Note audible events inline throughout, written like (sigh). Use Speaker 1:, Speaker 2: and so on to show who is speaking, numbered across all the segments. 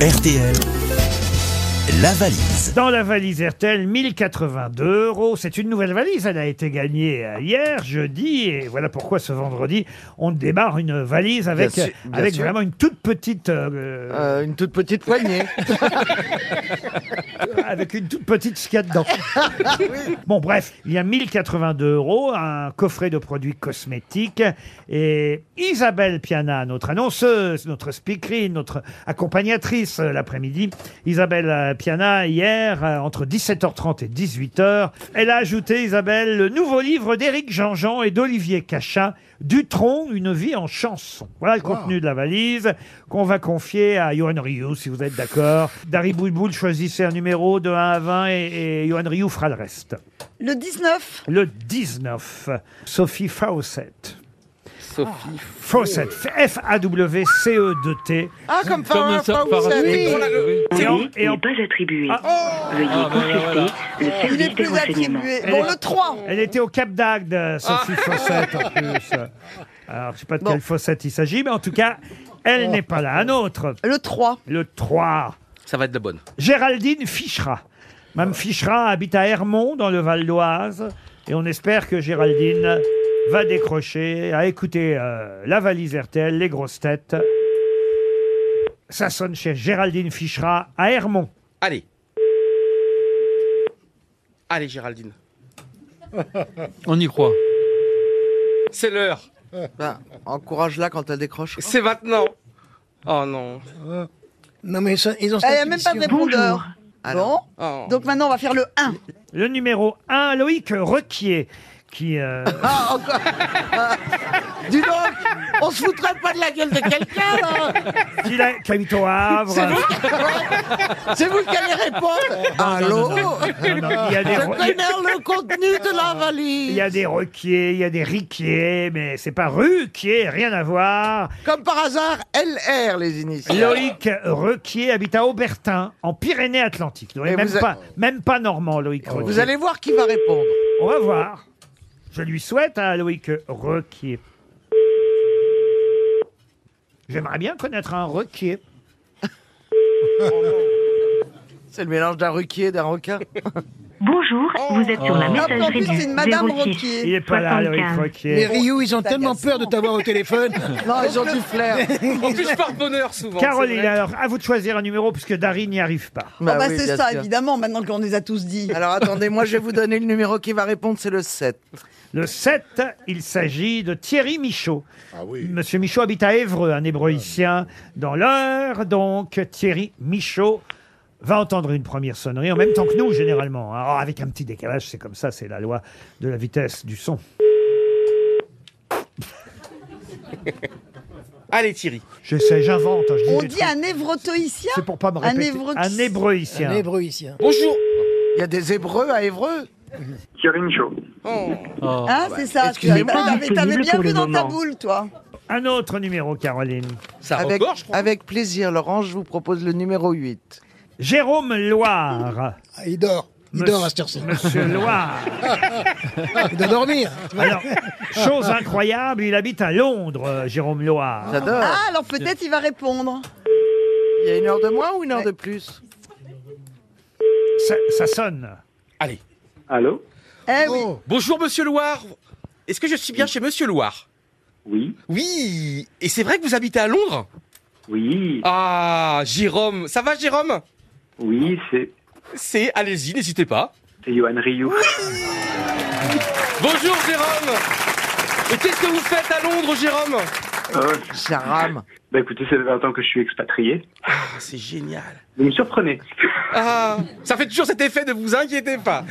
Speaker 1: RTL, la valise.
Speaker 2: Dans la valise RTL, 1082 euros. C'est une nouvelle valise. Elle a été gagnée euh, hier, jeudi. Et voilà pourquoi ce vendredi, on démarre une valise avec, euh,
Speaker 3: Bien sûr, bien
Speaker 2: avec
Speaker 3: sûr.
Speaker 2: vraiment une toute petite, euh,
Speaker 3: Euh, une toute
Speaker 2: (laughs)
Speaker 3: petite poignée. Ah.
Speaker 2: avec une toute petite ce qu'il y a dedans. bon, bref, il y a 1082 euros, un coffret de produits cosmétiques. Et Isabelle Piana, notre annonceuse, notre speakerine, notre accompagnatrice euh, l'après-midi, Isabelle euh, Piana, hier, euh, entre 17h30 et 18h, elle a ajouté, Isabelle, le nouveau livre d'Éric Jean-Jean et d'Olivier Cachin, Dutron, une vie en chanson. Voilà le contenu de la valise qu'on va confier à Johan Rioux, si vous êtes d'accord. Dari Boulboul, choisissez un numéro de 1 à 20 et, et Johan Rioux fera le reste.
Speaker 4: Le 19,
Speaker 2: Le 19, Sophie Fawcett. Ah.
Speaker 3: Sophie.
Speaker 2: Fawcett, E F-A-W-C-E-D-T.
Speaker 3: Ah, comme par un
Speaker 5: ça, par
Speaker 3: oui.
Speaker 2: Et en- et
Speaker 6: n'est
Speaker 2: en-
Speaker 6: pas attribué.
Speaker 2: Ah,
Speaker 4: oh
Speaker 6: Veuillez
Speaker 5: Ah, bah,
Speaker 6: consulter
Speaker 5: voilà.
Speaker 6: le
Speaker 4: il
Speaker 6: service
Speaker 4: est
Speaker 6: des
Speaker 4: plus
Speaker 6: renseignements.
Speaker 4: attribué.
Speaker 2: Elle
Speaker 4: Bon,
Speaker 2: est-
Speaker 4: le 3.
Speaker 2: Elle était au Cap d'Agde, Sophie
Speaker 3: Ah.
Speaker 2: Fossette en plus. Alors, je sais pas de
Speaker 4: Bon.
Speaker 2: quelle Fossette il s'agit, mais en tout cas, elle n'est pas là. Un autre,
Speaker 4: Le 3.
Speaker 2: le 3,
Speaker 3: Ça va être la bonne.
Speaker 2: Géraldine Fichera. Mme Fichera habite à Hermont, dans le Val d'Oise, et on espère que Géraldine va décrocher, à écouter euh, la valise RTL, les grosses têtes. Ça sonne chez Géraldine Fichera à Hermont.
Speaker 3: Allez. Allez, Géraldine.
Speaker 5: On y croit.
Speaker 3: C'est l'heure.
Speaker 7: Bah, encourage-la quand elle décroche.
Speaker 3: C'est maintenant. Oh non.
Speaker 7: Non, mais ça- ils ont
Speaker 4: Elle
Speaker 7: cette
Speaker 4: n'a Eh, même pas de
Speaker 7: mission.
Speaker 4: répondeur. Bon,
Speaker 3: Oh.
Speaker 4: donc maintenant on va faire le 1.
Speaker 2: Le numéro 1, Loïc Requier, qui... euh,
Speaker 7: Ah, encore Dis donc On se foutrait pas de la gueule de quelqu'un, là
Speaker 2: Qui l'a- qui habite au Havre.
Speaker 7: C'est vous qui allez répondre Allô
Speaker 2: Ah,
Speaker 7: (laughs)
Speaker 2: Non, non, Il y a des
Speaker 7: Je
Speaker 2: re-
Speaker 7: connais le contenu de la
Speaker 2: il
Speaker 7: valise
Speaker 2: y a des requiers, il y a des riquiers, mais c'est pas ruquier, rien à voir.
Speaker 7: Comme par hasard, LR, les initiales.
Speaker 2: Loïc Requier habite à Aubertin, en Pyrénées-Atlantiques. Donc,
Speaker 7: Et
Speaker 2: Même,
Speaker 7: vous a- Oh.
Speaker 2: pas, même pas normand, Loïc Requier.
Speaker 7: Vous allez voir qui va répondre.
Speaker 2: On va voir. Je lui souhaite à Loïc Requier. J'aimerais bien connaître un requier.
Speaker 7: C'est le mélange d'un ruquier et d'un requin.
Speaker 6: Bonjour, vous êtes sur la
Speaker 5: Oh.
Speaker 4: Hop, Ah. en plus
Speaker 6: messagerie
Speaker 4: c'est une Madame
Speaker 6: du 06.
Speaker 2: Il
Speaker 4: Roquier.
Speaker 2: est pas là, Loïc
Speaker 6: 75.
Speaker 2: Requier.
Speaker 7: Ryu, ils ont
Speaker 4: tellement peur de
Speaker 7: t'avoir au téléphone. Non, ils ont du
Speaker 2: (laughs)
Speaker 7: flair. Bah
Speaker 3: En plus, par bonheur, souvent.
Speaker 2: Caroline,
Speaker 3: c'est vrai.
Speaker 2: alors, à vous de choisir un numéro, puisque Dari n'y arrive pas.
Speaker 4: Ah bah, c'est ça, évidemment, maintenant qu'on les a tous dit.
Speaker 7: Alors attendez, moi je vais vous donner le numéro qui va répondre, c'est le 7.
Speaker 2: Le 7, il s'agit de Thierry Michaud. Monsieur Michaud habite à Évreux, un Hébroïcien dans l'heure. Donc, Thierry Michaud va entendre une première sonnerie en même temps que nous, généralement. Alors, avec un petit décalage, c'est comme ça, c'est la loi de la vitesse du son.
Speaker 3: Allez, Thierry.
Speaker 2: J'essaie, j'invente. hein, je dis
Speaker 4: On
Speaker 2: des
Speaker 4: dit
Speaker 2: trucs.
Speaker 4: un évrotoïcien
Speaker 2: C'est pour pas me
Speaker 4: un
Speaker 2: répéter.
Speaker 4: Hébreux-
Speaker 2: Un Hébroïcien.
Speaker 3: Bonjour.
Speaker 7: Il y a des Hébreux à Hébreux
Speaker 3: Oh.
Speaker 5: Oh.
Speaker 4: Hein, c'est ça. Tu avais,
Speaker 7: excusez-moi.
Speaker 4: t'avais- t'avais bien
Speaker 6: Pour
Speaker 4: vu
Speaker 6: le
Speaker 4: dans ta
Speaker 6: moment.
Speaker 4: boule, toi.
Speaker 2: Un autre numéro, Caroline.
Speaker 3: Ça
Speaker 7: avec,
Speaker 3: regorge, Ah, je crois.
Speaker 7: avec plaisir, Laurent, je vous propose le numéro 8.
Speaker 2: Jérôme Loire.
Speaker 7: Ah, il dort.
Speaker 2: Il dort à cette Monsieur Loire.
Speaker 7: (laughs) Il doit dormir.
Speaker 2: Alors, chose incroyable, il habite à Londres, euh, Jérôme Loire.
Speaker 7: J'adore.
Speaker 4: Ah, alors peut-être il va répondre.
Speaker 7: Il y a une heure de moins ou une heure de plus
Speaker 2: Ça, ça sonne.
Speaker 3: Allez.
Speaker 8: Allô
Speaker 4: Eh oui.
Speaker 3: Bonjour, monsieur Loire. Est-ce que je suis bien chez monsieur Loire
Speaker 8: Oui,
Speaker 3: Oui. Et c'est vrai que vous habitez à Londres
Speaker 8: oui,
Speaker 3: Ah, Jérôme. Ça va, Jérôme
Speaker 8: oui, c'est
Speaker 3: C'est, allez-y, n'hésitez pas.
Speaker 8: c'est Johan Rioux.
Speaker 3: Bonjour, Jérôme. Et qu'est-ce que vous faites à Londres, Jérôme
Speaker 8: Euh,
Speaker 7: Ça rame.
Speaker 8: bah écoutez, ça fait 20 ans que je suis expatrié.
Speaker 3: Ah, c'est génial.
Speaker 8: Vous me surprenez.
Speaker 3: Ah, ça fait toujours cet effet de vous inquiétez
Speaker 7: (laughs)
Speaker 3: pas.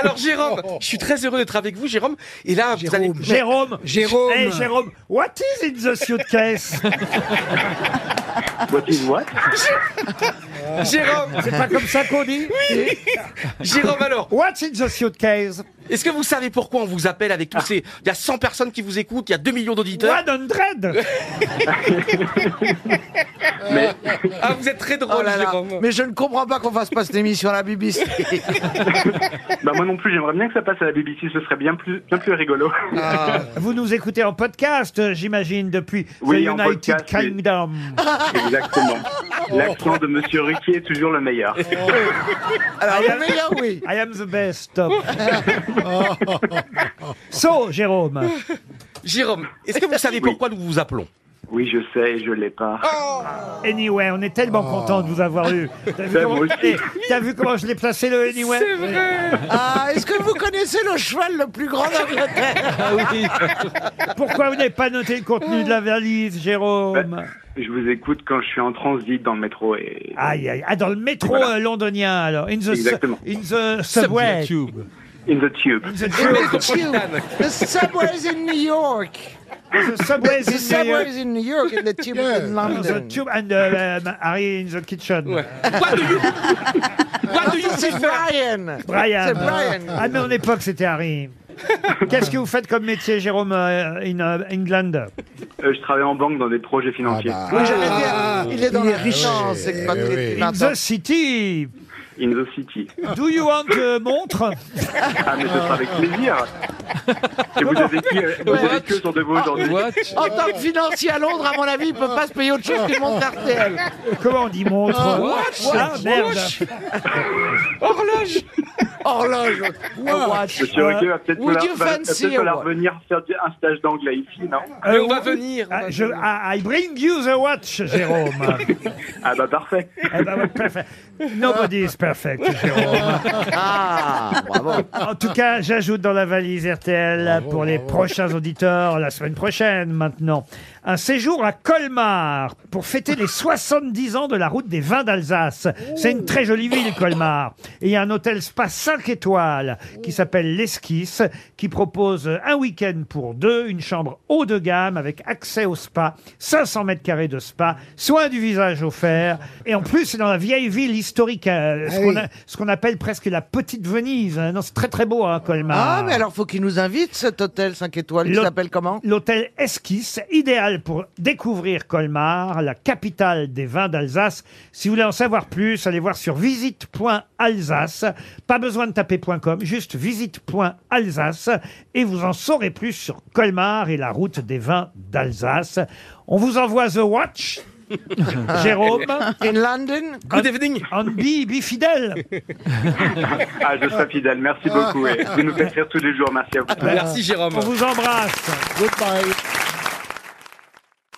Speaker 3: Alors Jérôme, je suis très heureux d'être avec vous Jérôme. Et là, vous allez...
Speaker 2: Jérôme.
Speaker 7: Jérôme.
Speaker 2: Hey, Jérôme. What is in the suitcase
Speaker 8: What is what
Speaker 3: Jérôme, (laughs)
Speaker 2: C'est pas comme ça qu'on dit
Speaker 3: Jérôme alors,
Speaker 2: What's in the suitcase
Speaker 3: est-ce que vous savez pourquoi on vous appelle avec tous ces... Il y a 100 personnes qui vous écoutent, il y a 2 millions d'auditeurs.
Speaker 2: 100
Speaker 8: Mais
Speaker 3: Ah, vous êtes très drôle
Speaker 7: Oh là là.
Speaker 3: Jérôme.
Speaker 7: Mais je ne comprends pas qu'on fasse pas cette émission à la BBC.
Speaker 8: bah moi non plus, j'aimerais bien que ça passe à la BBC, ce serait bien plus, bien plus rigolo.
Speaker 3: Ah,
Speaker 2: Vous nous écoutez en podcast, euh, j'imagine, depuis
Speaker 8: Oui,
Speaker 2: The
Speaker 8: en
Speaker 2: United
Speaker 8: podcast, oui.
Speaker 2: Kingdom.
Speaker 8: Exactement. L'accent de Monsieur Ruquier est toujours le meilleur.
Speaker 7: Alors, le meilleur, Ah, oui.
Speaker 2: I am the best,
Speaker 7: (laughs)
Speaker 2: top.
Speaker 7: Oh.
Speaker 2: so, Jérôme.
Speaker 3: Jérôme, est-ce que vous savez pourquoi nous vous appelons
Speaker 8: Oui, je sais, je l'ai pas.
Speaker 2: Anyway, on est tellement
Speaker 8: Oh.
Speaker 2: content de vous avoir eu. T'as vu,
Speaker 8: Ben,
Speaker 2: comment...
Speaker 8: moi aussi.
Speaker 2: Eh, t'as vu comment je l'ai placé le Anyway
Speaker 7: Ah, est-ce que vous connaissez le cheval le plus grand d'Angleterre
Speaker 5: Ah oui.
Speaker 2: Pourquoi vous n'avez pas noté le contenu de la valise, Jérôme
Speaker 8: Je vous écoute quand je suis en transit dans le métro et.
Speaker 2: Aïe, aïe. Ah, dans le métro
Speaker 8: Voilà.
Speaker 2: euh, londonien, alors. In the, su-
Speaker 8: Exactement.
Speaker 2: in the subway.
Speaker 5: Tube.
Speaker 8: In the tube.
Speaker 2: In the tube.
Speaker 7: The subway's in New York.
Speaker 2: The subway is
Speaker 7: The
Speaker 2: in New York.
Speaker 7: subway's in New York and the tube is in
Speaker 2: In the
Speaker 7: London.
Speaker 2: tube and uh, um, Harry in the kitchen.
Speaker 3: Ouais. What do you, What do you
Speaker 7: Ah, C'est
Speaker 3: prefer
Speaker 7: Brian.
Speaker 2: Brian.
Speaker 7: C'est Brian.
Speaker 2: Ah, mais en époque, c'était Harry. Qu'est-ce que vous faites comme métier, Jérôme, euh, in euh, England
Speaker 8: Euh, je travaille en banque dans des projets financiers.
Speaker 7: Oui, j'allais dire, Ah, il est dans la finance, c'est pas très...
Speaker 2: In the city.
Speaker 8: In the city.
Speaker 2: Do you want a montre
Speaker 8: Ah, mais ce sera avec plaisir. Et vous avez qui euh, Vous avez que autour de vous aujourd'hui
Speaker 5: What
Speaker 7: En tant que financier à Londres, à mon avis, il peut pas se payer autre chose qu'une montre RTL.
Speaker 2: Comment on dit montre
Speaker 5: watch.
Speaker 2: Ah, merde.
Speaker 3: Horloge
Speaker 7: Horloge. Watch.
Speaker 8: Monsieur Ruquier va peut-être
Speaker 7: Would
Speaker 8: falloir,
Speaker 7: you
Speaker 8: va- va
Speaker 7: fancy
Speaker 8: peut-être
Speaker 7: a
Speaker 8: falloir
Speaker 7: watch
Speaker 8: venir faire du- un stage d'anglais ici, non
Speaker 3: Mais
Speaker 2: Euh,
Speaker 3: on va
Speaker 2: oui.
Speaker 3: venir. on
Speaker 2: Ah,
Speaker 3: va
Speaker 2: je,
Speaker 3: venir.
Speaker 2: I I bring you the watch, Jérôme.
Speaker 8: Ah bah parfait.
Speaker 2: Eh ben, ouais, parfait. Nobody is perfect, Jérôme.
Speaker 7: Ah, bravo.
Speaker 2: En tout cas, j'ajoute dans la valise RTL pour les prochains auditeurs la semaine prochaine maintenant. Un séjour à Colmar pour fêter les 70 ans de la route des vins d'Alsace. C'est une très jolie ville, Colmar. Et il y a un hôtel spa 5 étoiles qui s'appelle l'Esquisse qui propose un week-end pour deux, une chambre haut de gamme avec accès au spa, 500 mètres carrés de spa, soin du visage offert. Et en plus, c'est dans la vieille ville historique, euh, ce qu'on a- (laughs) ce qu'on appelle presque la petite Venise. hein. Non, c'est très très beau, hein, Colmar.
Speaker 7: Ah, mais alors faut qu'il nous invite, cet hôtel 5 étoiles. Il
Speaker 2: L'hôte-
Speaker 7: s'appelle comment
Speaker 2: L'hôtel Esquisse, idéal pour découvrir Colmar, la capitale des vins d'Alsace. Si vous voulez en savoir plus, allez voir sur visite.alsace. Pas besoin de taper .com, juste visite.alsace. Et vous en saurez plus sur Colmar et la route des vins d'Alsace. On vous envoie The Watch, Jérôme,
Speaker 7: In London
Speaker 3: Good evening.
Speaker 2: Andy, be fidèle.
Speaker 8: Ah, je serai fidèle. Merci beaucoup. Et vous nous faites rire tous les jours. Merci à vous.
Speaker 3: Merci Jérôme.
Speaker 2: On vous embrasse.
Speaker 9: Goodbye.